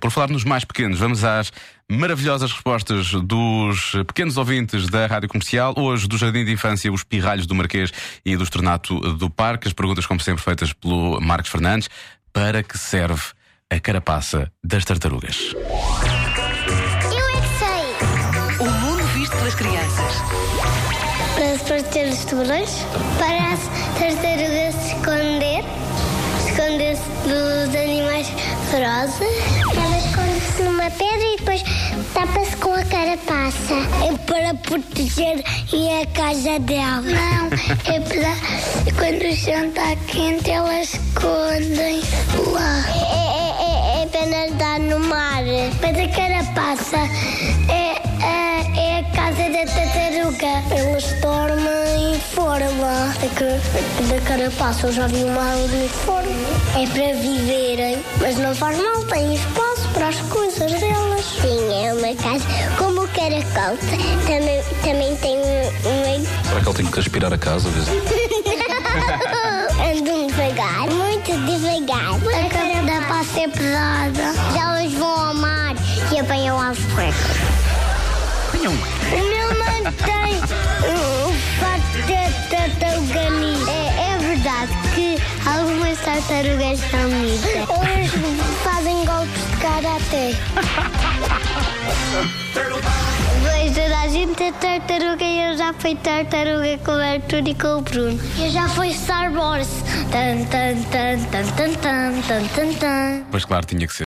Por falar nos mais pequenos, vamos às maravilhosas respostas dos pequenos ouvintes da Rádio Comercial. Hoje, do Jardim de Infância, os pirralhos do Marquês e do Estrenato do Parque. As perguntas, como sempre, feitas pelo Marcos Fernandes. Para que serve a carapaça das tartarugas? Eu é que sei! O mundo visto pelas crianças. Para se proteger dos tubarões, para as tartarugas se esconder, esconder-se dos animais ferozes. Ela esconde-se numa pedra e depois tapa-se com a carapaça. É para proteger e é a casa dela. Não, é para quando o chão está quente elas escondem lá. É, para nadar no mar. Mas a carapaça é a é a casa da tartaruga. Elas dormem fora lá da, ca- da carapaça. Eu já vi uma uniforme. É para viverem, mas não faz mal, tem espaço para as coisas delas. Sim, é uma casa como o caracol. Também, também tem um, uma Será que ele tem que aspirar a casa? às vezes? Andam É um devagar, muito devagar. A cara dá para ser pesada. Elas vão ao mar e apanham as cuecas. O meu mãe tem uh, o facto de tartaruga ninja. É, é verdade que algumas tartarugas são ninja. Elas fazem golpes de karaté. Vejo toda a gente a tartaruga e eu já fui tartaruga com o Arthur e com o Bruno. Eu já fui Star Wars. Tan, tan, tan, tan, tan, tan, tan, tan, tan. Pois claro, tinha que ser.